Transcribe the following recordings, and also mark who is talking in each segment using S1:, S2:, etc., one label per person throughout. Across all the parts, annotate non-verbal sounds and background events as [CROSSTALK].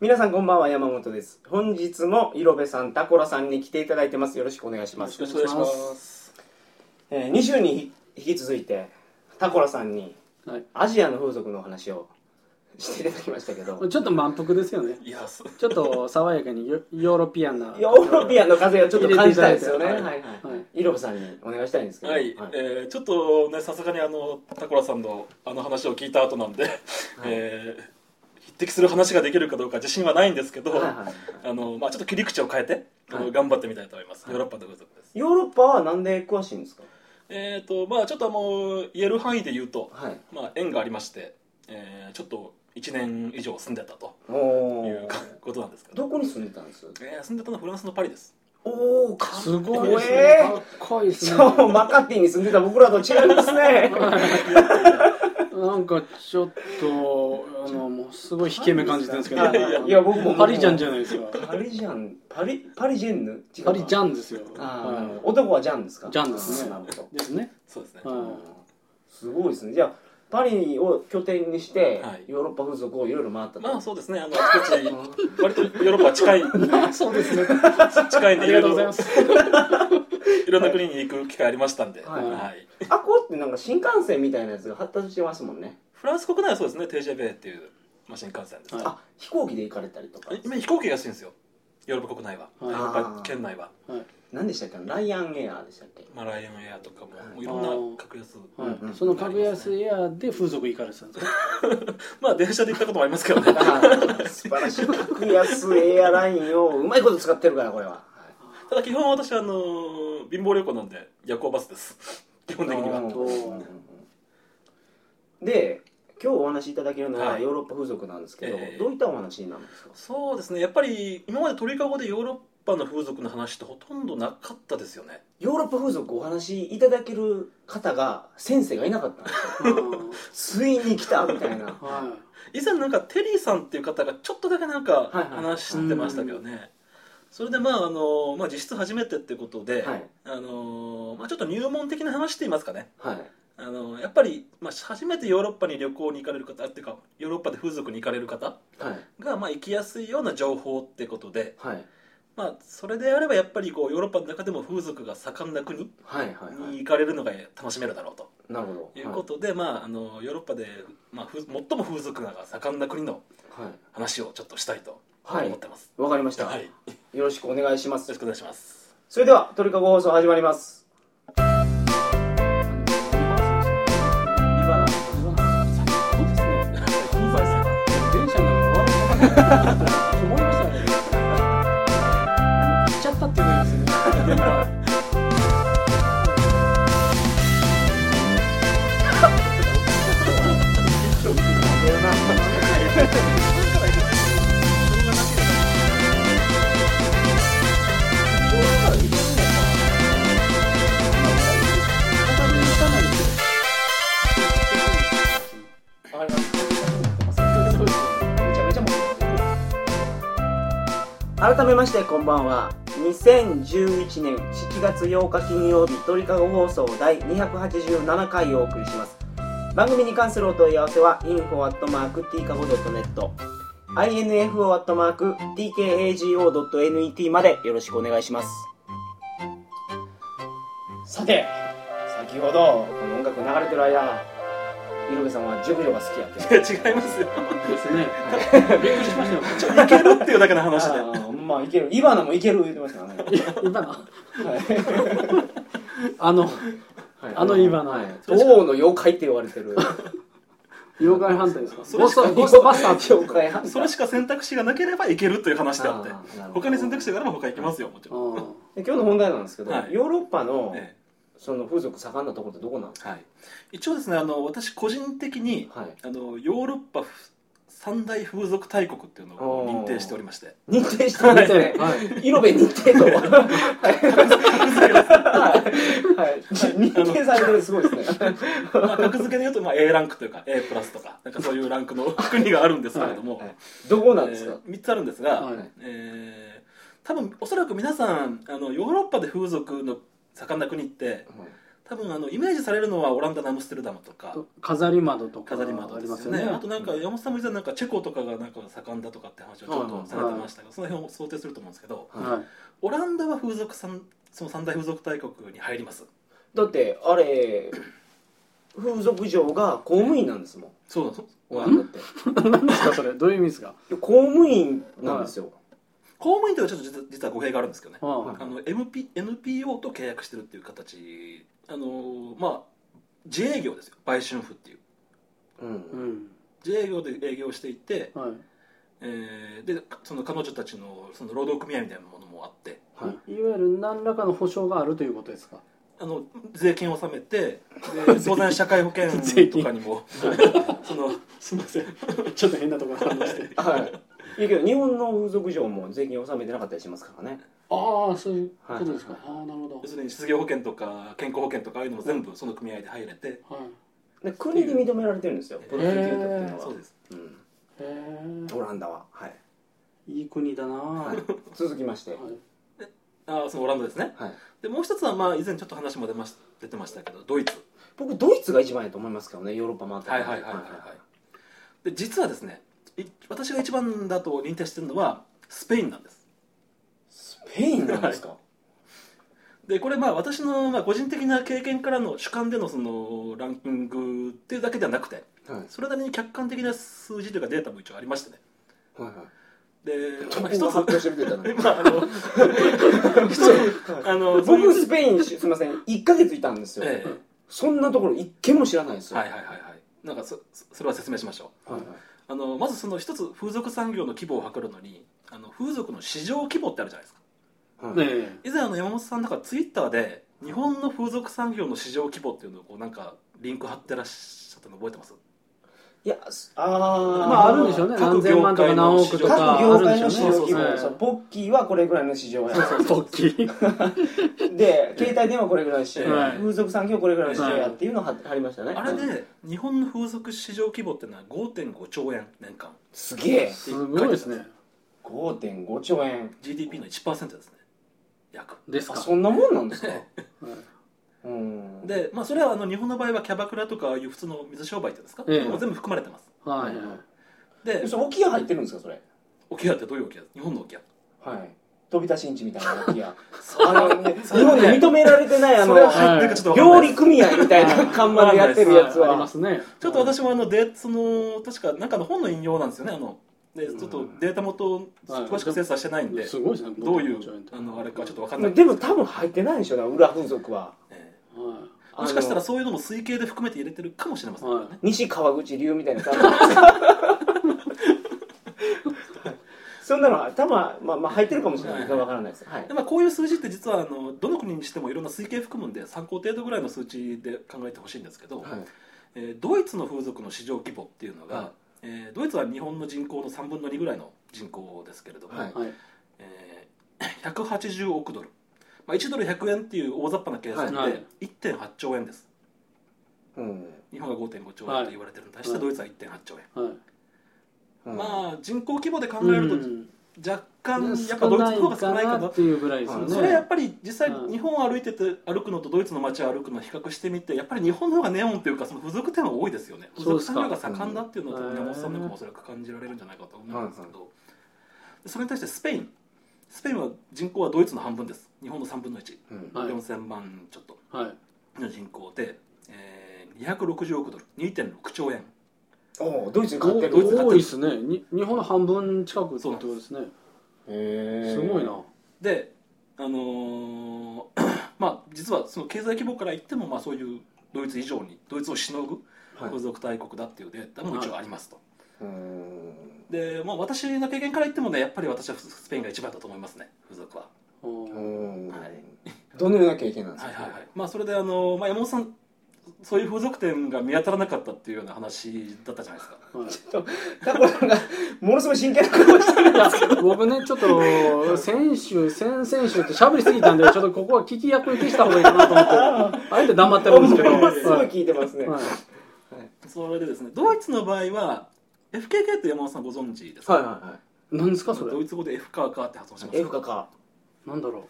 S1: 皆さんこんばんは山本です本日もいろべさんタコラさんに来ていただいてますよろしくお願いします
S2: よろしくお願いします
S1: えー、2週に引き続いてタコラさんに
S2: はい
S1: アジアの風俗のお話をしていただきましたけど
S2: ちょっと満腹ですよね
S3: いやそ
S2: ちょっと爽やかにヨヨーロピアンな
S1: ヨーロピアンの風をちょっと感じたいですよね
S2: 入
S1: は
S2: れ
S1: い
S2: て
S1: はいい
S2: ただいてはい
S1: イロベさんにお願いしたいんですけど
S3: はい、えーちょっとねさすがにあのタコラさんのあの話を聞いた後なんで、えー匹敵する話ができるかどうか自信はないんですけど、
S1: はいはいはい
S3: あのまあちょっと切り口を変えて、あ
S1: はい
S3: の頑張ってみたいと思います、
S1: はい
S3: ヨーロッパの風俗です
S1: ヨーロッパはなんで詳しいんですか
S3: えっ、とまあちょっとあの言える範囲で言うと、
S1: はい
S3: まあ縁がありまして、えーちょっと1年以上住んでたと
S1: お
S3: いう
S1: ー
S3: かことなんですけど、
S1: どこに住んでたんです
S3: えー住んでたのはフランスのパリです
S1: おおか
S2: すごい
S1: で
S2: ですす
S1: ね
S2: ねかっこいいですね
S1: そうマカティに住んでた僕らと違いますね
S2: なんかちょっとあのもうすごい引け目感じてるんですけど
S1: いやいやいや僕も
S2: パリジャンじゃないですか
S1: パリジャンパリパリジェンヌ違うか
S2: パリジャンですよ
S1: あーなる
S2: は
S1: ほど男はジャンですか
S2: ジャンですね
S1: あーなるほ
S2: いですね
S3: そうですね、
S2: はい
S1: どうんすごいですねじゃあパリを拠点にして
S3: はい
S1: ヨーロッパ風俗をいろいろ回ったと
S3: まあそうですねあのあちこち割とヨーロッパは近い
S2: そうですね
S3: [LAUGHS] 近いん
S2: あ
S3: で
S2: り
S3: いろ
S2: が
S3: い
S2: とうござい
S3: ろ
S2: ます
S3: いろんな国に行く機会ありましたんで、
S1: は
S3: はいい
S1: あこうってなんか新幹線みたいなやつが発達してますもんね
S3: フランス国内はそうですね TGV っていう、まあ、新幹線です、
S2: はい
S1: あ飛行機で行かれたりとか
S3: 今飛行機が安いんですよヨーロッパ国内は、
S2: はい
S3: ヨーロッパ圏内は
S1: 何でしたっけライアンエアーでしたっけ
S3: マライオンエアとかも,、
S1: はい
S3: い、ろんな格安、
S2: は
S1: うんうん
S2: いその格安エアで風俗行かれてたん [LAUGHS] ですか
S3: まあ電車で行ったこともありますけどね [LAUGHS]
S1: あー素晴らしい格安エアラインをうまいこと使ってるからこれは
S3: ただ基本私あのー貧乏旅行なんで夜行バスです [LAUGHS] 基本的には
S1: うん
S2: ど
S1: で今日お話しいただけるのは、
S3: はい
S1: ヨーロッパ風俗なんですけど、
S3: ええ
S1: どういったお話になるんですか
S3: そうですねやっぱり今まで鳥かごでヨーロッパの風俗の話ってほとんどなかったですよね
S1: ヨーロッパ風俗お話しいただける方が先生がいなかったん
S3: [LAUGHS]
S1: ですよついに来たみたいな
S2: は
S3: 以前なんかテリーさんっていう方がちょっとだけなんか
S1: はい
S3: 話してましたけどね、それでまああの、まあ、実質初めてってことで、
S1: はい
S3: あのまあ、ちょっと入門的な話って言いますかね
S1: はい
S3: あのやっぱり、まあ、初めてヨーロッパに旅行に行かれる方っていうかヨーロッパで風俗に行かれる方
S1: はい
S3: が、まあ、行きやすいような情報ってことで、
S1: はい
S3: まあ、それであればやっぱりこうヨーロッパの中でも風俗が盛んな国に
S1: はいはいはい
S3: 行かれるのが楽しめるだろうと
S1: なるほど
S3: いうことで、まあ、あのヨーロッパで、まあ、ふ最も風俗が盛んな国の
S1: はい
S3: 話をちょっとしたいと
S1: はい
S3: 思ってます。
S1: わ、かりました、
S3: はい、よ
S1: よろしくお願いしま
S3: ろ
S1: す
S3: しくお願いします。
S1: それでは鳥かご放送始まります
S2: 電車の中で笑いながら止まりましたね。行っちゃったっていうのがいいですね。
S1: めちゃめちゃ改めましてこんばんは2011年7月8日金曜日鳥かご放送第287回をお送りします番組に関するお問い合わせは info.tkago.net info.tkago.net までよろしくお願いしますさて先ほどこの音楽流れてる間井上さんはジョブジョが好きやって
S3: 違いますよ。
S2: ですね。びっくりしましたよ。ち
S3: [LAUGHS]
S2: ょ
S3: いけるっていうだけの話で。
S1: ああまあいけるイバナもいける言ってましたね
S3: [LAUGHS]
S2: 今の
S1: はい
S2: あのあのイバナ
S1: はい王の妖怪って言われて
S2: [LAUGHS]
S1: る
S2: 妖怪反対ですか。
S3: それ
S2: ゴ
S3: しか
S2: スゴストバスターズ。
S1: 妖怪反
S3: それしか選択肢がなければいけるという話であって
S1: あーなるほど
S3: 他に選択肢があれば他行きますよもちろん、
S2: う
S1: 今日の本題なんですけど、
S3: はい
S1: ヨーロッパの
S3: え
S1: その風俗盛んなところってどこなんです
S3: えはい、一応ですねあの私個人的に
S1: かはい
S3: あのヨーロッパふ三大風俗大国っていうのを認定しておりまして [LAUGHS]
S1: 認定してるんですね
S2: ん。はい。
S1: 色部認定とはい、はい、認定されてるすごいですね
S3: まあ格付けでいうと、まあ、A ランクというか A プラスとかなんかそういうランクの国があるんですけれど [LAUGHS] も、
S1: はいどこなんですか、
S3: 3つあるんですが、
S2: はい
S3: えー多分おそらく皆さんあのヨーロッパで風俗の盛んな国って多分あのイメージされるのはオランダのアムステルダムとか
S2: と飾り窓とか
S3: 飾り窓
S2: あ
S3: で
S2: り
S3: すよ
S2: ますよ
S3: ね
S2: ね
S3: あとなんか山本さんも以前なんかチェコとかがなんか盛んだとかって話をちょっとされてましたけど、その辺を想定すると思うんですけど
S2: は
S3: オランダは風俗さんその三大風俗大国に入ります
S1: だってあれ風俗嬢が公務員なんですもん
S3: そうなんです
S1: オランダってい
S2: い何ですかそれどういう意味ですか
S1: や公務員なんですよ、
S3: 公務員とはちょっと実は実は語弊があるんですけどね、
S2: は
S3: あの MP NPO と契約してるっていう形あのーまあ自営業ですよ売春婦っていう
S1: う
S2: いうんん
S3: 自営業で営業していて、
S2: はい
S3: えーでその彼女たちのその労働組合みたいなものもあって
S1: はい
S2: い、いわゆる何らかの保証があるということですか
S3: あの税金を納め [LAUGHS] てで当然社会保険とかにも [LAUGHS] そのすみません
S2: ちょっと変なところ反応して
S1: はいいやけど日本の風俗嬢も税金納めてなかったりしますからね
S2: ああそういうことですか、ああなるほど
S3: 要するに失業保険とか健康保険とかああいうのも全部その組合で入れて
S2: はい
S1: で国で認められてるんですよプロスティテュートっていうのは
S3: そうです
S1: う
S2: へ
S1: ん、オランダははい、
S2: えいい国だな
S1: は、
S2: はい
S1: 続きまして
S3: ああそのオランダですね
S1: はい
S3: でもう一つはまあ以前ちょっと話も出まし出てましたけどドイツ
S1: 僕ドイツが一番やと思いますけどねヨーロッパ回った
S3: はいはいはいはいはいで実はですねい私が一番だと認定してるのはスペインなんです
S1: スペインなんですか、
S3: でこれまあ私のまあ個人的な経験からの主観でのそのランキングっていうだけではなくて
S1: はい、
S3: それなりに客観的な数字というかデータも一応ありましてね
S1: はい
S3: で、ま
S1: は
S3: あ、
S1: い
S3: 一つ
S1: 発表してみてた [LAUGHS] の
S3: [LAUGHS] まああの一つあのそういう
S1: 僕スペインすいません1ヶ月いたんですよ、
S3: え
S1: そんなところ一軒も知らないです
S3: え
S1: よ、
S3: はいはいはいはいなんかそそそれは説明しましょう
S1: はい
S3: あのまずその一つ風俗産業の規模を測るのにあの風俗の市場規模ってあるじゃないですか
S1: はいはい
S2: え
S3: 以前あの山本さんだからツイッターで日本の風俗産業の市場規模っていうのをこうなんかリンク貼ってらっしゃったの覚え
S1: [LAUGHS]
S3: てます
S1: いやすあ
S2: ま
S1: ー
S2: ああるんでしょうね
S3: 各
S2: 何千万とか何億とか
S1: 各
S2: あ
S1: 業
S2: るん
S1: 界
S2: で
S1: の
S2: し
S1: 市
S2: ょ
S1: 場
S2: うね
S1: 規模、
S2: はい
S1: そうポッキーはこれぐらいの市場や
S2: ポッキー
S1: で携帯電話これぐらいの市場や、
S2: はい
S1: 風俗産業これぐらいの市場やっていうのをは貼りましたね
S3: あれで日本の風俗市場規模っていうのは5.5兆円年間
S1: すげえ
S2: すごいですね
S1: 5.5兆円
S3: GDP の1%ですね約
S2: です
S1: あ
S2: か
S1: そんなもんなん
S3: [LAUGHS]
S1: ですか
S2: はい
S1: うん
S3: で、まあ、それはあの日本の場合はキャバクラとかああいう普通の水商売っていうんですか、
S2: ええ
S3: もう全部含まれてます
S2: はい
S3: で
S1: それ沖屋入ってるんですかそれ
S3: 沖屋ってどういう沖屋日本の沖屋
S1: はい飛び出しんちみたいな沖屋
S3: [LAUGHS] そ
S1: あの、ね、日本で認められてないあの
S3: れは入ってるかちょっとわか
S1: 料
S3: んない
S1: 理組合みたいな看板でやってるやつ
S2: はいあ
S1: は
S2: りますね
S3: ちょっと私もあのでその確かなんかの本の引用なんですよねあので
S1: うん
S3: ちょっとデータ元を詳しく精査してないんで、
S2: すごいですね
S3: どういう
S2: 5.5兆円って
S3: あのあれかちょっと分かんない
S1: でも
S3: すけ
S1: 多分入ってないでしょうね裏風俗は
S3: どええ
S2: は
S1: あの
S3: もしかしたらそういうのも推計で含めて入れてるかもしれませんね、
S2: はい
S1: 西川口流みたいなさそんなのは多分まあまあ入ってるかもしれないけどわからないですはい
S3: でまあ、こういう数字って実はあのどの国にしてもいろんな推計含むんで参考程度ぐらいの数値で考えてほしいんですけど、
S1: はい
S3: えードイツの風俗の市場規模っていうのが、
S1: はい
S3: えードイツは日本の人口の3分の2ぐらいの人口ですけれども、
S1: はい
S2: いはい
S3: えー180億ドル、まあ、1ドル100円っていう大雑把な計算
S2: はいは
S3: で
S2: い
S3: 1.8兆円です
S1: うん
S3: 日本が5.5兆円と言われてるのに対して
S2: はい
S3: ドイツは1.8兆円、
S2: はい
S1: うん
S3: まあ人口規模で考えると
S2: うん
S3: 若干やっぱドイツの方が少ないか
S2: 少
S3: な
S2: っていうぐらいですよ
S1: う
S2: ね
S1: ん
S3: それやっぱり実際
S2: うん
S3: 日本を歩いてて歩くのとドイツの街を歩くのを比較してみてやっぱり日本の方がネオンというかその付属店は多いですよね付
S2: そ
S3: 属
S2: うですか
S3: 産業が盛んだっていうのは
S2: うん
S3: 宮本さんなんかもおそらく感じられるんじゃないかと思うんですけど、でそれに対してスペインスペインは人口はドイツの半分です日本の3分の1、
S1: うん
S2: はい
S3: 4000万ちょっと
S2: はい
S3: の人口で、えー、260億ドル2.6兆円
S1: おうドイツに買ってる
S3: ドイツ買ってる
S2: 多いですねに日本の半分近くってことですね
S1: へー
S2: すごいな
S3: であのー [COUGHS] まあ実はその経済規模から言ってもまあそういうドイツ以上にドイツをしのぐ
S1: はい
S3: 風俗大国だっていうデータも一応ありますと、
S1: うん
S3: でまあ私の経験から言ってもねやっぱり私はスペインが一番だと思いますね風俗は
S1: うん
S3: はい
S1: どのような経験なんです
S3: は
S1: か
S3: いはいはいまあそれであの、まあ、山本さんそういう風俗店が見当たらなかったっていうような話だったじゃないですか
S2: はい
S1: タコさんがものすごい真剣な顔して
S2: いや僕ねちょっと先週先々週って喋りすぎたんでちょっとここは聞き役に消した方がいいかなと思ってあえて黙ってるんですけど
S1: ものすご
S2: はいい
S1: 聞いてますね
S2: はい
S3: それでですねドイツの場合は FKK って山本さんご存知ですか、
S1: は
S2: 何ですかそれ
S3: ドイツ語で F カーカーって発音します
S1: F かか
S2: なんだろ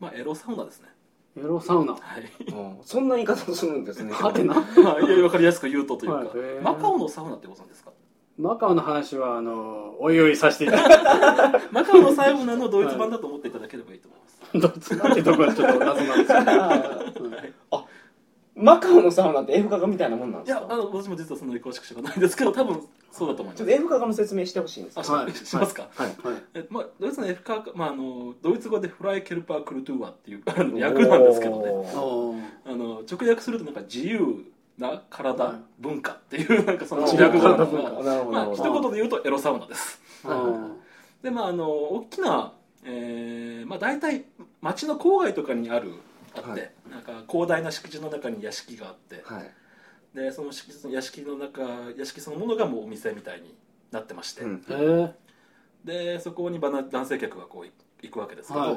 S3: まあエロサウナですね
S2: うエロサウナ。
S3: はい [LAUGHS]
S1: うんそんな言い方するんですね。
S2: はてな。
S3: まあ、いや分かりやすく言うとという
S2: はい
S3: か、
S2: へー
S3: マカオのサウナってご存知ですか
S2: マカオの話は、あの、おいおいさせていただき
S3: マカオのサウナのドイツ版だと思っていただければいいと思います、
S2: ます。どっちかってとこはちょっと謎なんですけど。はい
S1: マカオのサウナってエフカガみたいなもんなん
S3: い、
S1: です
S3: や
S1: か
S3: あの私も実はそんなに詳しく知らないんですけど多分そうだと思い
S1: ちょっと
S3: ます
S1: エフカガの説明してほしいんです
S3: あ
S1: か
S3: し,、
S2: はい
S3: しますか、
S1: はい。
S2: はい
S3: えまあ、ドイツの F カー、まあ、あのドイツ語でフライ・ケルパー・クルトゥーワっていうあの略なんですけどね
S1: おー
S2: おー
S3: あの直訳するとなんか自由な体、
S2: はい
S3: 文化っていう [LAUGHS] なんかその
S2: 自由
S3: 略語な
S2: 体
S3: の
S2: 文化
S3: が、
S1: なるほど。なる
S3: まあ、
S1: ほ
S3: 一
S1: ど
S3: 言で言うとエロサウナです
S1: はいはいはい
S3: でまああの大きな、えーまあ、大体町の郊外とかにあるあって、
S1: はい
S3: なんか広大な敷地の中に屋敷があって
S1: はい。
S3: でその敷地の屋敷の中屋敷そのものがもうお店みたいになってまして、
S1: うん
S2: へー
S3: でそこにばな男性客がこうい行くわけですけど、
S2: は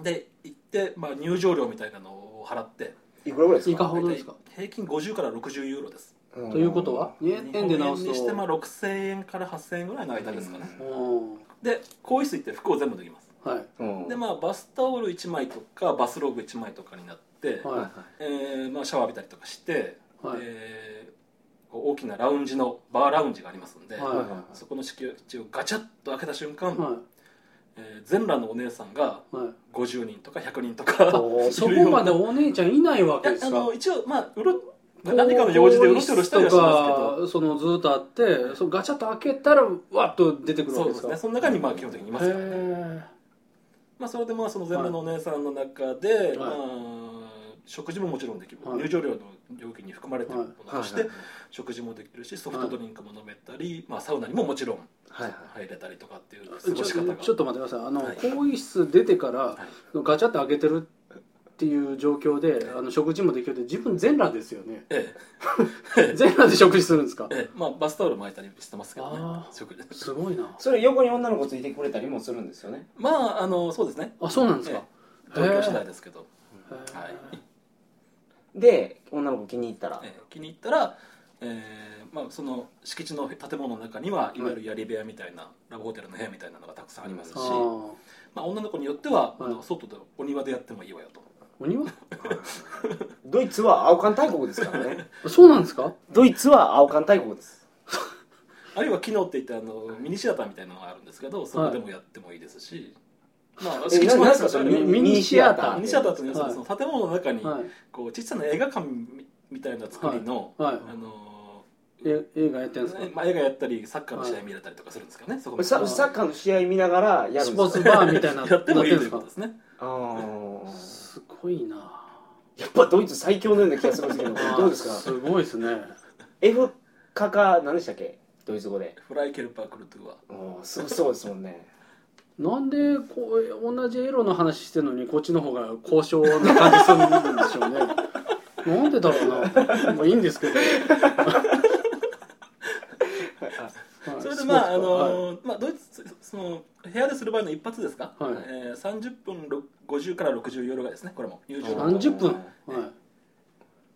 S3: で行って、まあ、入場料みたいなのを払って
S1: いくらぐらいですか
S2: いかほどですか
S3: 大体平均50から60ユーロです
S1: うん
S2: ということは、円円で直す
S3: 日本円にしてまあ
S2: と。
S3: 6000円から8000円ぐらいの間ですかね、
S2: おー
S3: で更衣室行って服を全部脱ぎます
S2: はい。
S1: うん
S3: でまあバスタオル1枚とかバスローブ1枚とかになって、
S2: はい
S3: えーまあ、シャワー浴びたりとかして、
S2: はい
S3: えーこう大きなラウンジのバーラウンジがありますんで、
S2: はい
S1: はいはいはい
S3: そこの敷地をガチャッと開けた瞬間、
S2: は
S3: えー全裸のお姉さんが
S2: い。はい。
S3: 50人とか100人とか [LAUGHS]
S1: おー
S2: そこまでお姉ちゃんいないわ
S3: い
S2: け
S3: や
S2: です
S3: あ
S2: か
S3: の一応まあうろ何かの用事でうろちょろしたりはしま
S2: とかそのずっとあってそのガチャッと開けたらわっと出てく
S3: すけ
S2: る
S3: ど
S2: わ
S3: そうです
S2: けで
S3: す
S2: か
S3: ねその中にまあ基本的にいますからね
S2: へ
S3: まあそれでまあその全裸のお姉さんの中で、
S2: い
S3: まあ食事ももちろんできる、
S2: はい
S3: 入場料の料金に含まれてるものとして、
S1: はい
S3: 食事もできるしソフトドリンクも飲めたり、まあ、サウナにももちろん
S1: はいはい。
S3: 入れたりとかっていう過
S2: ー
S3: ごし方
S2: ち
S3: が
S2: ょちょっと待ってくださいあの、
S3: はい
S2: 更衣室出てから、
S3: い
S2: ガチャッと開けてるっていう状況であの食事もできるって自分全裸ですよね
S3: え
S2: 全裸で食事するんですか
S3: えええまあ、バスタオル巻いたりしてますけどね
S2: あー
S3: 食事 [LAUGHS]
S2: すごいな
S1: それ横に女の子ついてくれたりもするんですよね。
S3: まああのそうですね
S2: あそうなんですか、
S3: ええ東京次第ですけど、
S2: へー
S3: はい
S1: で、女の子気に入ったら。
S3: えー気に入ったら、えーまあ、その敷地の建物の中にはいわゆる槍部屋みたいな、ラブホテルの部屋みたいなのがたくさんありますし、
S2: あー
S3: まあ、女の子によっては、
S2: はい
S3: あの外でお庭でやってもいいわよと
S2: お庭
S1: ドイツは青缶大国ですから
S2: [LAUGHS]
S1: ね。
S2: そうなんですか
S1: ドイツは青缶大国です。
S3: あるいは機能っていってあのミニシアターみたいなのがあるんですけどそこでもやってもいいですし、まあ、
S1: え
S3: 敷地
S1: な
S3: の
S1: なん
S3: 中
S1: すかそれ
S3: ミ
S1: ミ
S3: ニ
S2: ミニシアター
S3: ミニシアターってていうのは、
S2: はい
S3: その建物の中に、
S2: はい
S3: こう小さな映画館みみたいな作りの、
S2: はい
S3: あの
S2: え映画やってるんですか
S3: ーまあ、映画やったりサッカーの試合見れたりとかするんですかね、そこ
S1: ササッカーの試合見ながらやるんですか
S2: スポーツバーみたい
S3: [LAUGHS]
S2: な
S3: やってもいい
S2: な
S3: という
S2: んです
S3: こ
S2: か
S3: とですね
S1: あー
S2: すごいな
S1: やっぱドイツ最強のような気がするんですけ
S2: [LAUGHS]
S1: ど、どうですか
S2: すごいですね
S1: ?F カカ、何でしたっけドイツ語で。
S3: フライケルパークルトゥーは
S1: おーそうそうですもんね。
S2: なんでこう同じエロの話してるのにこっちの方が交渉な感じするんでし
S3: [LAUGHS]
S2: ょうねなんでだろうなまあいいんですけど、はい
S3: それでまああの、
S2: はい
S3: まあ、ドイツその部屋でする場合の一発ですか、
S2: はい
S3: えー、30分ろ50から60ユーロがですねこれも入場料
S1: なん
S3: と、
S2: 30分は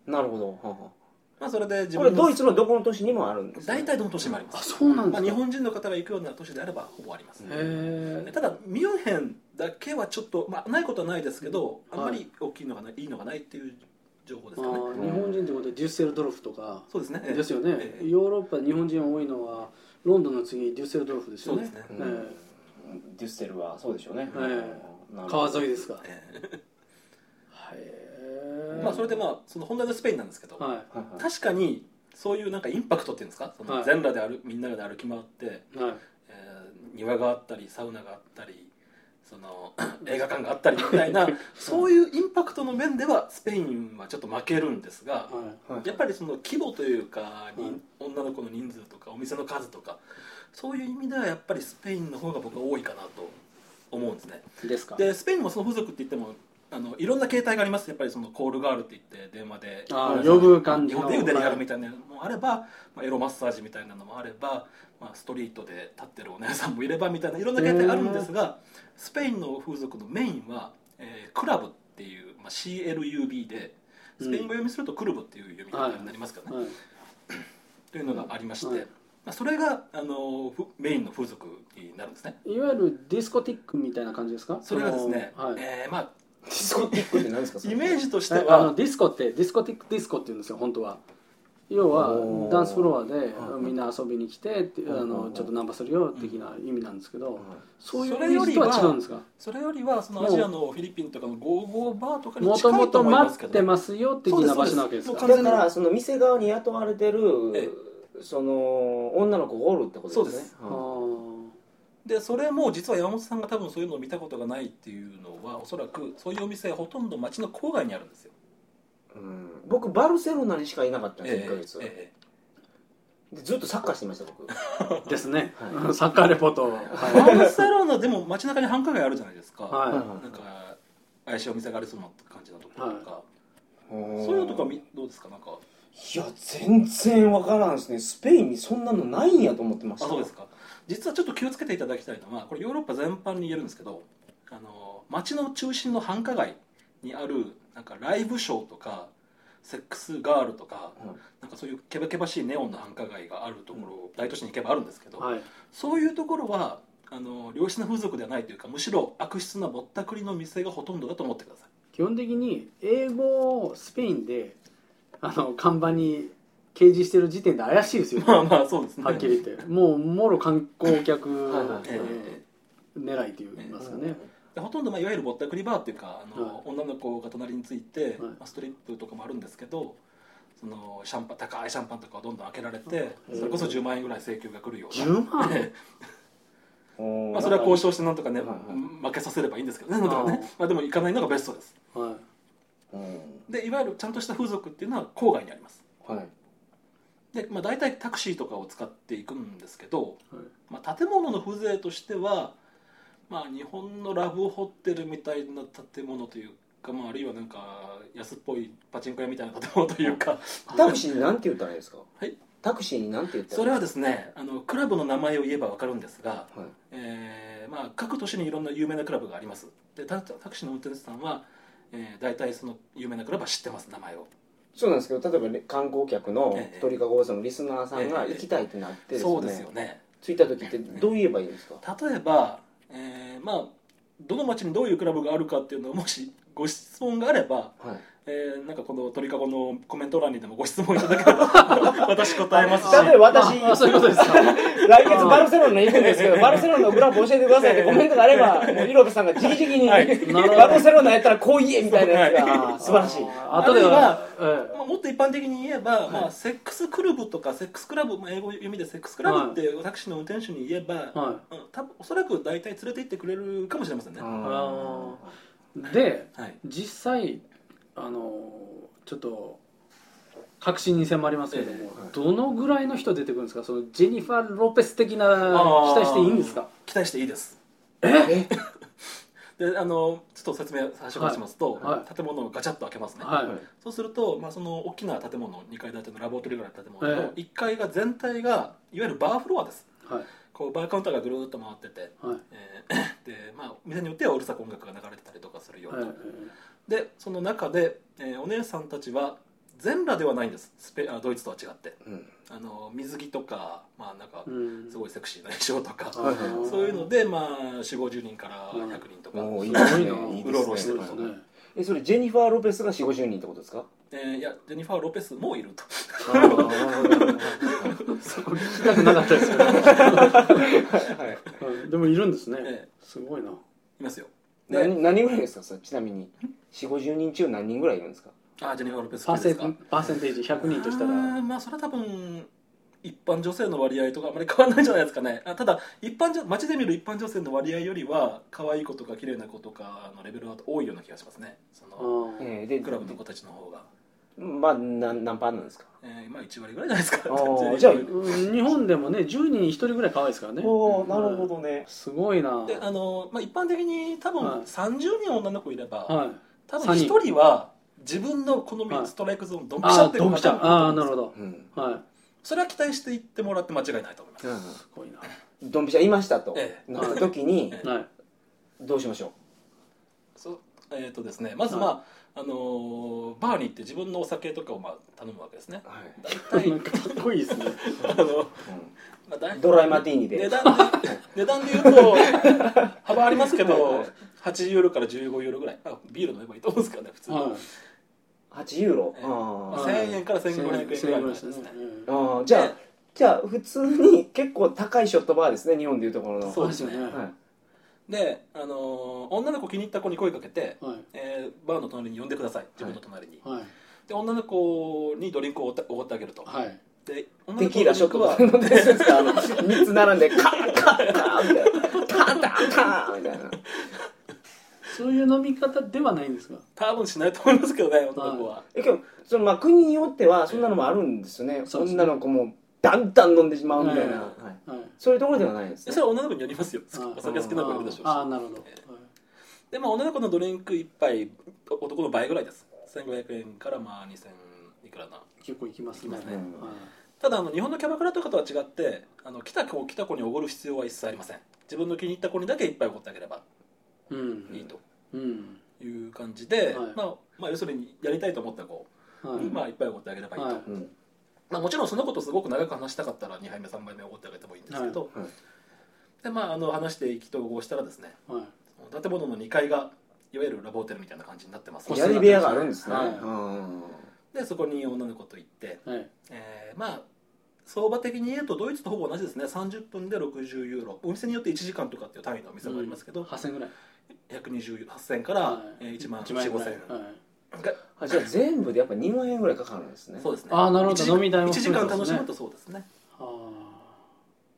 S2: い
S1: なるほど。はあは
S3: まあ、それで
S1: あ
S3: 自
S1: これ
S3: 分の
S1: ドイツのどこの都市にもあるんですか
S3: 大体どの都市もありま
S2: あ
S3: す
S2: そうなんで
S3: ますあ、
S2: か
S3: 日本人の方が行くような都市であればほぼあります、
S2: へえ
S3: ただミュンヘンだけはちょっと、まあ、ないことはないですけど、
S2: はい
S3: あんまり大きいのがないいいのがないっていう情報です
S2: 日
S3: かね
S2: 本人ってことはデュッセルドルフとか
S3: そうですね、ええ
S2: ですよね
S3: ええ
S2: ヨーロッパで日本人多いのはロンドンの次デュッセルドルフです
S3: そ
S2: よ
S3: うで
S2: ね
S3: すね、
S1: うん
S2: え
S1: デュッセルはそうでしょうね。う
S2: え
S1: んなるほ
S2: 川
S1: ど
S2: 沿いですかへ
S3: え
S2: え
S3: えまあ、それでまあその本題のスペインなんですけど、
S2: は
S1: はいはい
S3: 確かにそういうなんかインパクトっていうんですかそ
S2: は
S3: の
S2: い
S3: 全裸で歩みんなで歩き回って、
S2: いはい
S3: えー庭があったりサウナがあったりその [CLEARS THROAT] 映画館があったりみたいなそういうインパクトの面ではスペインはちょっと負けるんですが、
S2: はい
S1: はい
S3: やっぱりその規模というか、に
S2: はい
S3: 女の子の人数とかお店の数とかそういう意味ではやっぱりスペインの方が僕は多いかなと思うんですね。
S2: ですか
S3: でスペインもその付属って言ってもあのいろんな形態がありますやっぱりそのコールガールって言って電話で
S2: あー
S3: そう
S2: 呼ぶ感じの
S3: 呼んで腕にやるみたいなのもあれば、まあ、エロマッサージみたいなのもあれば、まあ、ストリートで立ってるお姉さんもいればみたいないろんな形態があるんですがスペインの風俗のメインは、えークラブっていう、まあ、CLUB でスペイン語読みするとクルブっていう読み方になりますからね、
S2: はい
S3: というのがありまして、
S2: はい
S3: まあ、それがあのふメインの風俗になるんですね
S2: いわゆるディスコティックみたいな感じですか
S3: それがですね、
S2: はい、
S3: えーまあ
S1: ィスコティックって何ですかそれ
S3: イメージとして
S2: あの
S3: は
S2: ディスコってディスコティックディスコって言うんですよ本当は要
S1: お
S2: は
S1: ー
S2: ダンスフロアで
S1: うん
S2: みんな遊びに来てって
S1: う
S2: あ
S1: んうんう
S2: の
S1: ん
S2: ちょっとナンパするよ的な意味なんですけどそういう
S3: それよ
S2: 意
S3: り
S2: 味と
S3: は
S2: は違うんですか
S3: それよりはそのアジアのフィリピンとかのゴーゴーバーとかに
S2: もと
S3: 近
S2: も
S3: いと
S2: と
S3: 思いま
S2: 待
S3: すけ
S2: って
S3: ど
S2: ますよ的な場所なわけですか
S3: そう
S1: だ
S3: で
S1: からその店側に雇われてる
S3: え
S1: その女の子がおるってことですね
S3: そうです
S2: あ
S1: うん
S2: ー
S3: でそれも実は山本さんが多分そういうのを見たことがないっていうのはおそらくそういうお店はほとんど街の郊外にあるんですよ。
S1: うん僕バルセロナにしかいなかったんです1ヶ月、
S3: え
S1: でずっとサッカーしてました僕
S2: ですね
S1: は
S2: [LAUGHS] サッカーレポートを
S3: え
S2: は
S3: バルセロナでも街中に繁華街あるじゃないですか、
S2: いは
S3: なんか怪しいお店がありそうな感じのところとか、
S1: うん
S3: そういうのとかみどうですかなんか
S1: いや全然わからんですねスペインにそんなのないんやと思ってま
S3: あ
S1: した
S3: そうですか実はちょっと気をつけていただきたいのはこれヨーロッパ全般に言えるんですけどあの街の中心の繁華街にあるなんかライブショーとかセックスガールとか
S1: うん
S3: なんかそういうけばけばしいネオンの繁華街があるところ、大都市に行けばあるんですけど、
S2: いはい
S3: そういうところはあの良質な風俗ではないというかむしろ悪質なぼったくりの店がほとんどだと思ってください
S2: 基本的に英語をスペインであの看板に掲示してる時点で怪しいで
S1: [LAUGHS]
S2: すよ
S3: [LAUGHS] まあまあそうですね
S2: はっきり言ってもうもろ観光客
S1: はいはい
S3: ええ
S2: 狙いといいますかね、
S3: でほとんど、まあ、いわゆるぼったくりバーっていうかあの、
S2: はい
S3: 女の子が隣について、
S2: はい
S3: まあストリップとかもあるんですけどそのシャンパン高いシャンパンとかをどんどん開けられて
S2: うん
S3: それこそ10万円ぐらい請求が来るような
S2: 10万
S3: ええ
S1: おー
S3: [LAUGHS] まあ、それは交渉してなんとかね、
S1: はいはい
S3: 負けさせればいいんですけどねなんとかね
S2: ああ
S3: まあ、でも行かないのがベストです
S2: はい、
S1: うん
S3: でいわゆるちゃんとした風俗っていうのは郊外にあります
S1: はい
S3: で、まあ、大体タクシーとかを使っていくんですけど、まあ、建物の風情としては、まあ、日本のラブホテルみたいな建物というか、まあ、あるいはなんか安っぽいパチンコ屋みたいな建物というか
S1: タクシーになんて言ったらいいですか
S3: はい
S1: タクシーになんて言ったら
S3: [LAUGHS] そ
S1: いい
S3: れ
S1: で
S3: はですねあのクラブの名前を言えば分かるんですが、
S1: すかはい
S3: えーまあ、各都市にいろんな有名なクラブがありますでタタクシーの運転手さんは、えー、大体その有名なクラブは知ってます名前を
S1: そうなんですけど例えばね観光客の
S3: ええ
S1: 鳥かごさんのリスナーさんが
S3: ええ
S1: 行きたいってなってですね
S3: そうですよね
S1: 着いた時ってどう言えばいいんですか
S3: 例えば、えーまあどの町にどういうクラブがあるかっていうのをもしご質問があれば
S1: はい
S3: えー、なんかこの鳥かごのコメント欄にでもご質問いただ
S2: [LAUGHS]
S3: ければ私答えますし
S1: 例えば私
S2: ああそういうこ
S1: [LAUGHS]
S2: とですか
S1: 来月バルセロナに行くんですけどバルセロナのグラフ教えてくださいってコメントがあればもうイロベさんが直々に、
S3: はい
S2: なるほど
S1: バルセロナやったらこう言えみたいなやつが、
S2: あー
S1: 素晴らしい
S2: あとでは、え
S3: まあもっと一般的に言えば、まあ、セックスクルブとかセックスクラブ、まあ、英語読みでセックスクラブってタクシーの運転手に言えば、
S2: えは
S3: うん、多分おそらく大体連れて行ってくれるかもしれませんね、は
S2: あい、で
S3: い、
S2: 実際あのちょっと確信に迫りますけども、
S3: え
S1: えはい
S2: どのぐらいの人出てくるんですかそのジェニファー・ロペス的な
S3: あー
S2: 期待していいんですか
S3: 期待していいです
S1: え
S3: であのちょっと説明最初からしますと、
S2: はいは
S3: 建物をガチャッと開けますね、
S2: はい、
S3: そうすると、まあ、その大きな建物2階建てのラボートリーぐらいの建物
S2: え
S3: の
S2: え
S3: 1階が全体がいわゆるバーフロアです
S2: はい
S3: こうバーカウンターがぐるーっと回ってて
S2: はい
S3: えーでまあ店によってはうるさく音楽が流れてたりとかするよう
S2: は
S3: な、
S2: い
S3: でその中で、えーお姉さんたちは全裸ではないんですスペあドイツとは違って
S1: うん
S3: あの水着とかまあなんか
S2: うん
S3: すごいセクシーな衣装とか、
S1: はい
S2: ー
S3: そういうのでまあ4 5 0人から
S2: うん
S3: 100人とか、
S1: おーいいですねいいですね
S2: すごいな
S3: うろうろして
S2: そう
S3: る
S2: ですね
S1: えそれジェニファー・ロペスが4 5 0人ってことですか
S3: えーいやジェニファー・ロペスもいると
S2: そこ聞きたくなかったです
S3: [LAUGHS]
S2: よ、ね
S1: はい
S2: うんでもいるんですね、
S3: え
S2: すごいない
S3: ますよで
S1: 何何ぐらいですかそれちなみに4 5 0人中何人ぐらいいるんですか
S3: あジェニファー・ロペス
S2: パー
S3: 好きで
S2: セ
S3: すか
S2: ンパーセンテージ100人としたら
S3: あーまあそれは多分一般女性の割合とかあまり変わらないんじゃないですかねあただ一般女街で見る一般女性の割合よりは可愛い子とか綺麗な子とかのレベルは多いような気がしますねそ
S2: あ
S3: の
S2: ー
S1: えーで
S3: クラブの子たちの方が、
S1: まあ何何パーなんですか
S3: えー、まあ1割ぐらいじゃないですか
S1: あー
S3: [LAUGHS] 全然
S1: じゃあ
S2: うん日本でもね10人に1人ぐらい可愛いですからね
S1: お
S2: ー
S1: お
S2: なるほ
S1: どね
S2: すごいなは
S3: であの、まあ、一般的に多分
S2: はい
S3: 30人女の子いれば、
S2: い
S3: 多分
S2: 三人
S3: 1人は自分の好
S2: はい
S3: みストライクゾーンドンピシ
S2: あ
S3: ャ
S2: あ
S3: ってい
S2: ー
S3: う
S2: ドン
S3: パ
S2: ピシ
S3: ター
S2: ャ
S3: ンだと思
S2: ああ
S3: うんです
S2: なるほど
S1: うん
S2: はい
S3: それは期待していってもらって間違いないと思います、
S2: すごいな
S1: ドンピシャいましたと
S3: え
S1: なった時に
S3: え
S2: はい
S1: どうしましょ
S3: そうえーとですね、まず、まああのーバーに行って自分のお酒とかを、まあ、頼むわけですね
S1: うはい
S3: 大体
S2: [LAUGHS] なんかかっこいいですね
S3: あの、まあ、大
S1: ドライマティーニ
S3: 値
S1: で
S3: 段で値段で言うと幅ありますけど8ユーロから15ユーロぐらいあビール飲めばいいと思うんですけどね普通、
S2: はい
S1: 8ユーロ、
S3: ええ
S1: あー
S3: まあ1000円から1500円ぐらいですね
S2: ですね
S1: あーじゃあじゃあ普通に結構高いショットバーですね日本でいうところの
S3: そうですね
S1: はい、
S3: で、あのー女の子気に入った子に声かけて、
S2: はい
S3: えーバーの隣に呼んでください自分の隣に、
S2: はい
S3: で女の子にドリンクをおごっておごってあげると、
S2: はい
S3: で女
S1: テ
S3: の子
S1: キーラショットバー [LAUGHS] 飲んでるんですかあの3つ並んでカンカンカンみたいなカンカンカンみたいな
S2: そういう飲み方ではないんですか
S3: 多分しないと思いますけどね女の子は、
S1: えけどそのまあ国によってはそんなのもあるんですよね、
S2: そうですね
S1: 女の子もだんだん飲んでしまうみたいな、
S2: うん
S1: はい
S2: はい
S1: そういうところではないんです
S3: で
S1: ね
S3: それは女の子によりますよ
S2: あー
S3: お酒好きな子いるでしょうし
S2: ああなるほど、
S3: ええでまあ女の子のドリンク1杯男の倍ぐらいです1500円からまあ2000いくらな
S2: 結構いきますね
S3: いきますね
S1: うん
S2: はい
S3: ただあの日本のキャバクラとかとは違ってあの来た子来た子におごる必要は一切ありません自分の気に入った子にだけ一杯おごってあげれば
S2: うん
S3: いいと
S2: うん
S3: いう感じで、
S2: はい
S3: まあ、まあ要するにやりたいと思った子
S2: はい
S3: にまあ一杯おごってあげればいいと、
S2: はい
S1: うん
S3: まあ、もちろんそのことすごく長く話したかったら2杯目3杯目おごってあげてもいいんですけど、
S1: はいはい
S3: でまああの話して意気投合したらですね
S2: はい
S3: その建物の2階がいわゆるラブホテルみたいな感じになってます
S1: やり部屋があるんですね、
S2: はい
S1: うん
S3: でそこに女の子と行って
S2: はい
S3: えーまあ相場的に言うとドイツとほぼ同じですね30分で60ユーロお店によって1時間とかっていう単位のお店もありますけど、
S2: 8000ぐらい
S3: 120ユーロ8000円から、
S2: はい
S3: えー1万
S2: 1万円ぐらい
S3: 4000円、
S2: はい
S3: が
S1: あじゃあ全部でやっぱ2万円ぐらいかかるんですね
S3: そうですね
S2: あーなるほど
S3: 一時
S2: 飲み代も
S3: 1時
S2: 含
S3: 間
S2: めてですね
S3: 楽しむとそうですね
S2: あ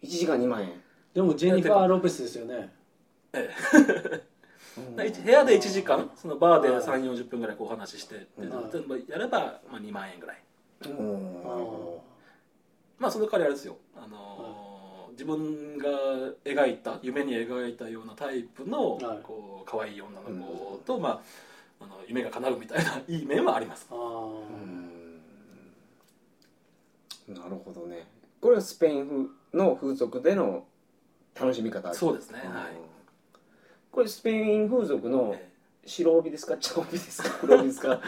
S1: 1時間2万円、
S2: ーでもジェニファー・ロペスですよね
S1: うん
S3: だから一部屋で1時間そのバーで
S2: はい
S3: 3 4 0分ぐらいこうお話ししてって
S1: うん
S3: 例えばやれば、まあ、2万円ぐらい
S1: うんなるほ
S3: まあその代わりあれですよ、あのー自分が描いた夢に描いたようなタイプの、
S2: はい
S3: こう可愛い女の子と、まあ、あの夢が叶うみたいないい面はあります
S2: あー
S1: どうんなるほどねこれはスペイン風の風俗での楽しみ方
S3: そううですね、はい
S1: これスペイン風俗の
S3: え
S1: 白帯ですか茶帯ですか黒帯ですか、
S3: [LAUGHS]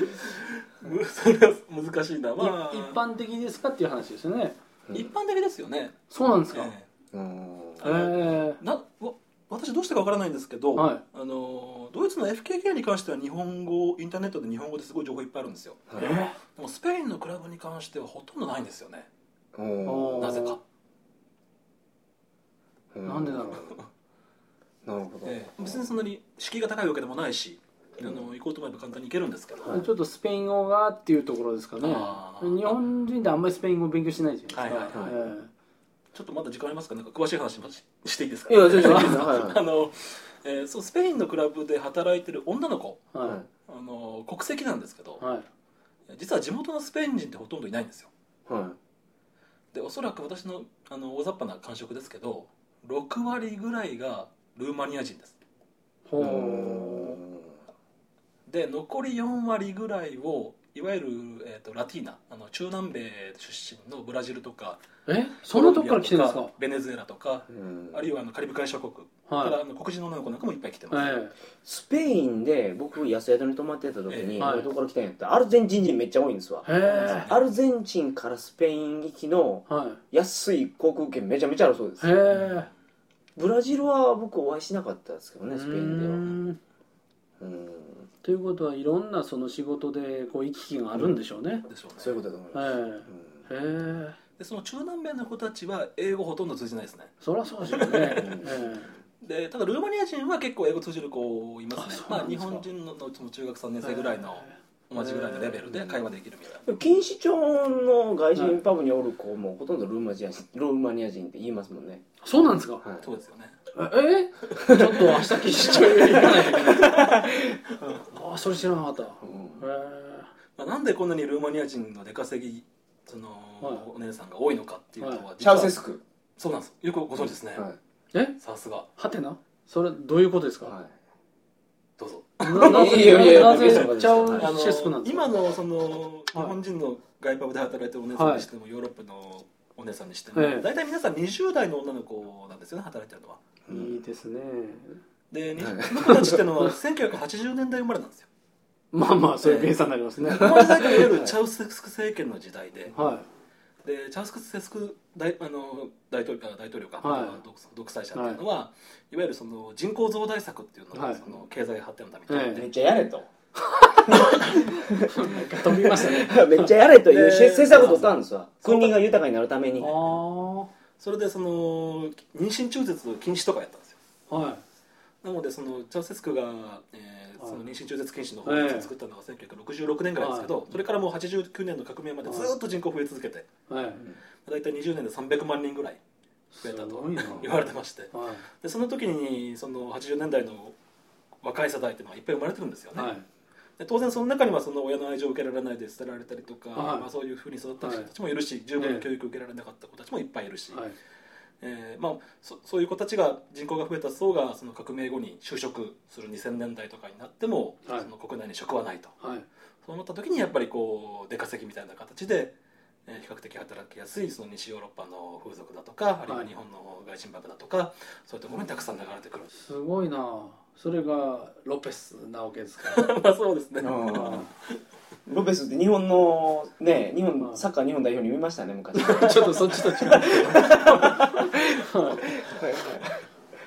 S3: え [LAUGHS] むそれは難しいな、まあ、
S2: い一般的ですかっていう話ですよね
S1: うん
S3: 一般的ですよね、
S2: そうなんですかへ
S3: え
S1: うん
S3: あの
S2: え
S3: えなわ私どうしてかわからないんですけど、
S2: はい
S3: あのードイツの FKK に関しては日本語インターネットで日本語ですごい情報いっぱいあるんですよ
S1: はい
S2: え
S3: でもスペインのクラブに関してはほとんどないんですよね
S1: お
S2: あ
S1: ー
S2: ー
S3: なぜか
S1: う
S2: なんでだろ
S1: なるほど、
S3: ええ別にそんなに敷居が高いわけでもないし、あの行こうと思えば簡単に行けるんですけど、
S1: はい
S2: ちょっとスペイン語がっていうところですかね
S3: あー
S2: 日本人であんまりスペイン語勉強しないじゃないですか
S1: はいはい
S2: え
S3: ちょっとまだ時間ありますかなんか詳しい話もししていいですか
S1: いや全然いいですよはいはい
S3: [LAUGHS] あの、えーそうスペインのクラブで働いてる女の子
S2: え
S1: は
S2: はい
S3: あの国籍なんですけど、
S2: はい
S3: 実は地元のスペイン人ってほとんどいないんですよ
S1: いは
S3: でおそらく私のあの大雑把な感触ですけど6割ぐらいがルーマニア人です
S1: い
S2: ほ
S3: で残り4割ぐらいをいわゆる、えー、とラティーナあの中南米出身のブラジルとか
S2: うえそんなとこから来てるんです
S3: コロンビアとベネズエラとか
S1: うん
S3: あるいはあのカリブ海諸国
S2: か
S3: から
S2: は
S3: あの黒人の女の子なんかもいっぱい来てます、
S2: いえ
S1: スペインで僕安宿に泊まってた時
S3: え
S1: に、
S2: えはい
S1: どこから来たんやったらアルゼンチン人めっちゃ多いんですわ
S2: えへえ
S1: アルゼンチンからスペイン行きの
S2: は
S1: 安い航空券めちゃめちゃあるそうで
S2: い
S1: す
S2: へえ
S1: ブラジルは僕お会いしなかったですけど
S2: う
S1: ねスペインでは
S2: ーん
S1: うん
S2: ということはいろんなその仕事でこう行き来があるんでしょうね
S3: でしょうね
S1: そういうことだと思い
S2: ええ
S1: ます、
S2: へえ
S3: でその中南米の子たちは英語ほとんど通じないですね
S2: そりゃそうですよねえ
S3: でただルーマニア人は結構英語通じる子います
S2: あ
S3: ね
S2: そう
S3: ま
S2: な
S3: あ
S2: んで
S3: 日
S2: すか
S3: 本人のその中学3
S2: え
S3: 年生ぐらいの同じぐらいのレベルで会話できるみたいな
S1: うん、錦糸町の外人パブにおる子もほとんどルーマニア人ルーマニア人って言いますもんね、
S2: そうなんですか
S1: はい
S3: そうですよね
S2: え [LAUGHS] えちょっと明日錦糸町へ行かないといけないあそれ知らなかったへ
S1: うん
S2: え
S3: まあ、なんでこんなにルーマニア人の出稼ぎその、
S2: はい
S3: お姉さんが多いのかっていうのは、
S2: は
S1: シャウセスク、
S3: そうなんですよくご存知ですね、
S1: は
S2: え
S3: さすが
S2: はてなそれどういうことです
S1: い
S2: か、
S1: は
S3: どうぞ
S2: ない
S1: やいやい
S2: ぜ
S1: や
S2: なぜチャ
S1: あ
S3: あ
S2: ウ
S3: の
S2: シェスクなんですか
S3: 今のその日本人の外パブで働いてるお姉さんにしても、ヨーロッパのお姉さんにしても、
S2: ええ
S3: 大体皆さん20代の女の子なんですよね働いてるのはい
S2: いいですね
S3: で
S1: はい
S3: 20僕たちっての
S2: [LAUGHS]
S3: は1980年代生まれなんですよ
S2: まあまあそういう計算になりますね、
S3: この時代がいわゆるチャウスク政権の時代で
S2: は
S3: でチャウスクセスク大あの大統領あ大統領か、
S2: はい
S3: 独独裁者っていうのは、い、わゆるその人口増大策っていうのが、
S2: はい
S3: その経済発展のために取って
S1: めっちゃやれと
S2: [LAUGHS] 飛びましたね
S1: [LAUGHS] めっちゃやれというし
S3: で
S1: 政策を取ったんですわ
S3: そう
S1: 国が豊かになるために
S2: ああは
S3: それでその妊娠中絶禁止とかやったんですよ
S2: い
S3: なのでそのチャウセスクが、えー
S2: はい
S3: その妊娠中絶禁止の法律を作ったのが1966年ぐらいですけど、
S2: はい
S3: それからもう89年の革命までずっと人口増え続けて、
S2: はい
S3: 大体20年で300万人ぐらい増えた
S2: す
S3: と
S2: ごいな
S3: 言われてまして
S2: は
S3: でその時にその80年代の若い世代っていうのがいっぱい生まれてるんですよ
S2: い
S3: ね、
S2: はい
S3: で当然その中にはその親の愛情を受けられないで捨てられたりとか、
S2: はい
S3: まあ、そういうふうに育った
S2: はい
S3: 人たちもいるし、十分な教育を受けられなかった子たちもいっぱいいるし、
S2: はい
S3: えーまあ、そそういう子たちが人口が増えた層がその革命後に就職する2000年代とかになっても、
S2: はい
S3: その国内に職はないと
S2: はい
S3: そう思った時にやっぱりこう出稼ぎみたいな形で、えー比較的働きやすいその西ヨーロッパの風俗だとかあるいは日本の外人博だとか、そういうところにたくさん流れてく [LAUGHS] る
S2: すごいなそれがロペスなわけですか
S3: まあそうですね、
S1: うんロペスって日本のね日本サッカー日本代表に見ましたね昔はい
S2: ら [LAUGHS] ちょっとそっちと違うはいへ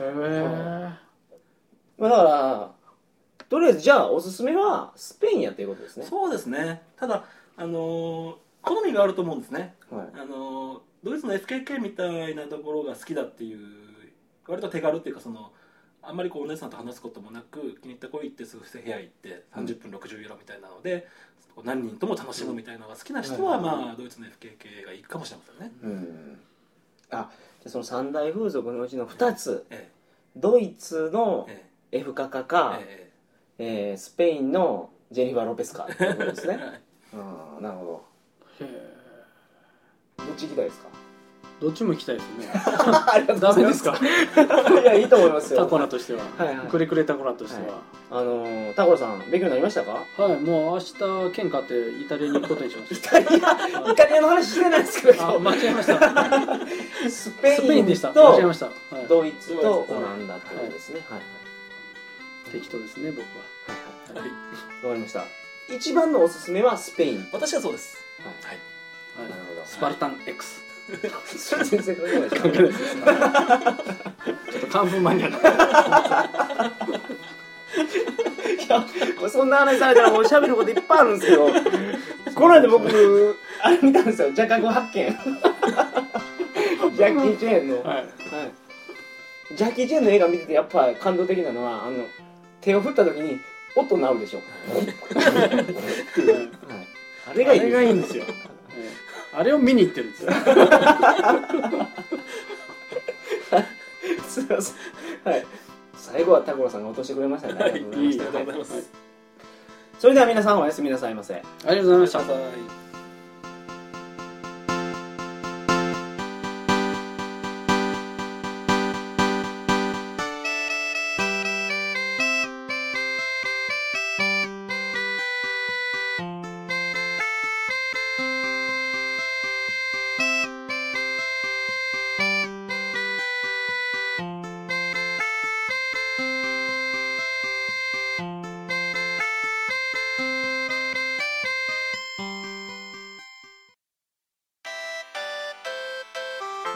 S2: え
S1: まあだからとりあえずじゃあおすすめはスペインやっていうことですね
S3: そうですねただあのー好みがあると思うんですね
S1: はい
S3: あのドイツの SKK みたいなところが好きだっていう割と手軽っていうかそのあんまりこうお姉さんと話すこともなく気に入った子行ってすぐ部屋行って30分60ユーロみたいなので、こう何人とも楽しむみたいなのが好きな人は、
S1: うん
S3: まあドイツの FKK がいいかもしれませんね、
S1: うんあじゃあその三大風俗のうちの2つ
S3: え
S1: ドイツの
S3: ええ
S1: F カカ
S3: え
S1: か、
S3: え
S1: えースペインのジェニファー・ロペスかっていうことですね
S3: えはい
S1: [LAUGHS] うんなるほ
S2: へえ
S1: どどっち行きたいですか
S2: どっちも行きたいですね
S1: [LAUGHS] ありがとうご
S2: [LAUGHS] ダ
S1: ざい
S2: メ
S1: ま
S2: ですか
S1: [LAUGHS] いやいいと思い [LAUGHS] ますよ
S2: タコナとしては、
S1: はいはい
S2: くれくれタコナとしては、
S1: あのー、タコロさん勉強になりましたか
S2: はい、もう明日県買ってイタリアに行くことにしま
S1: イ [LAUGHS]
S2: し
S1: タリアイタリアの話してないですけ
S2: た。あ、
S1: ど
S2: 間違えました。
S1: スペ
S2: スペイ
S1: イ
S2: ン
S1: ン
S2: でした。間違え
S1: と
S2: ました。はい、
S1: ドイツとオランダってことですねはい
S2: 適当ですね、僕
S1: はい
S2: は。
S3: は
S1: はい
S3: い
S1: わかりました一番のおすすめはスペインは
S3: 私はそうです、はい、
S1: いなる
S2: はい、
S1: ほど
S2: スパルタン X。
S1: それ全然関係ないです
S2: 関係ないです。ちょっと漢文マニアだ。
S1: これそんな話されたらもう喋ることいっぱいあるんですけどこの間僕あれ見たんですよジャカゴ発見ジャッキー・チェーンの、は
S2: はい。
S1: い、ジャッキー・チェーンの映画見ててやっぱ感動的なのはあの手を振った時に音鳴るでしょ、はい、あれ
S2: あ
S1: がいい
S2: れがいいんですよ。ええあれを見に行ってるんですよ。
S1: すいません [LAUGHS] はい最後はタコロさんが落としてくれましたねありがとうござ [LAUGHS] いま
S3: あ
S1: し
S3: り
S1: た
S3: がとうございます、
S2: はい
S1: それでは皆さんおやすみなさいませ
S2: ありがとうございました。
S3: はい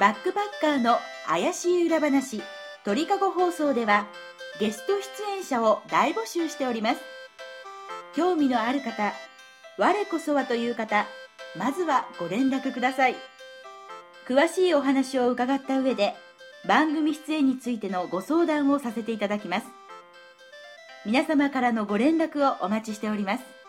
S4: バックパッカーの怪しい裏話鳥かご放送ではゲスト出演者を大募集しております興味のある方我こそはという方まずはご連絡ください詳しいお話を伺った上で番組出演についてのご相談をさせていただきます皆様からのご連絡をお待ちしております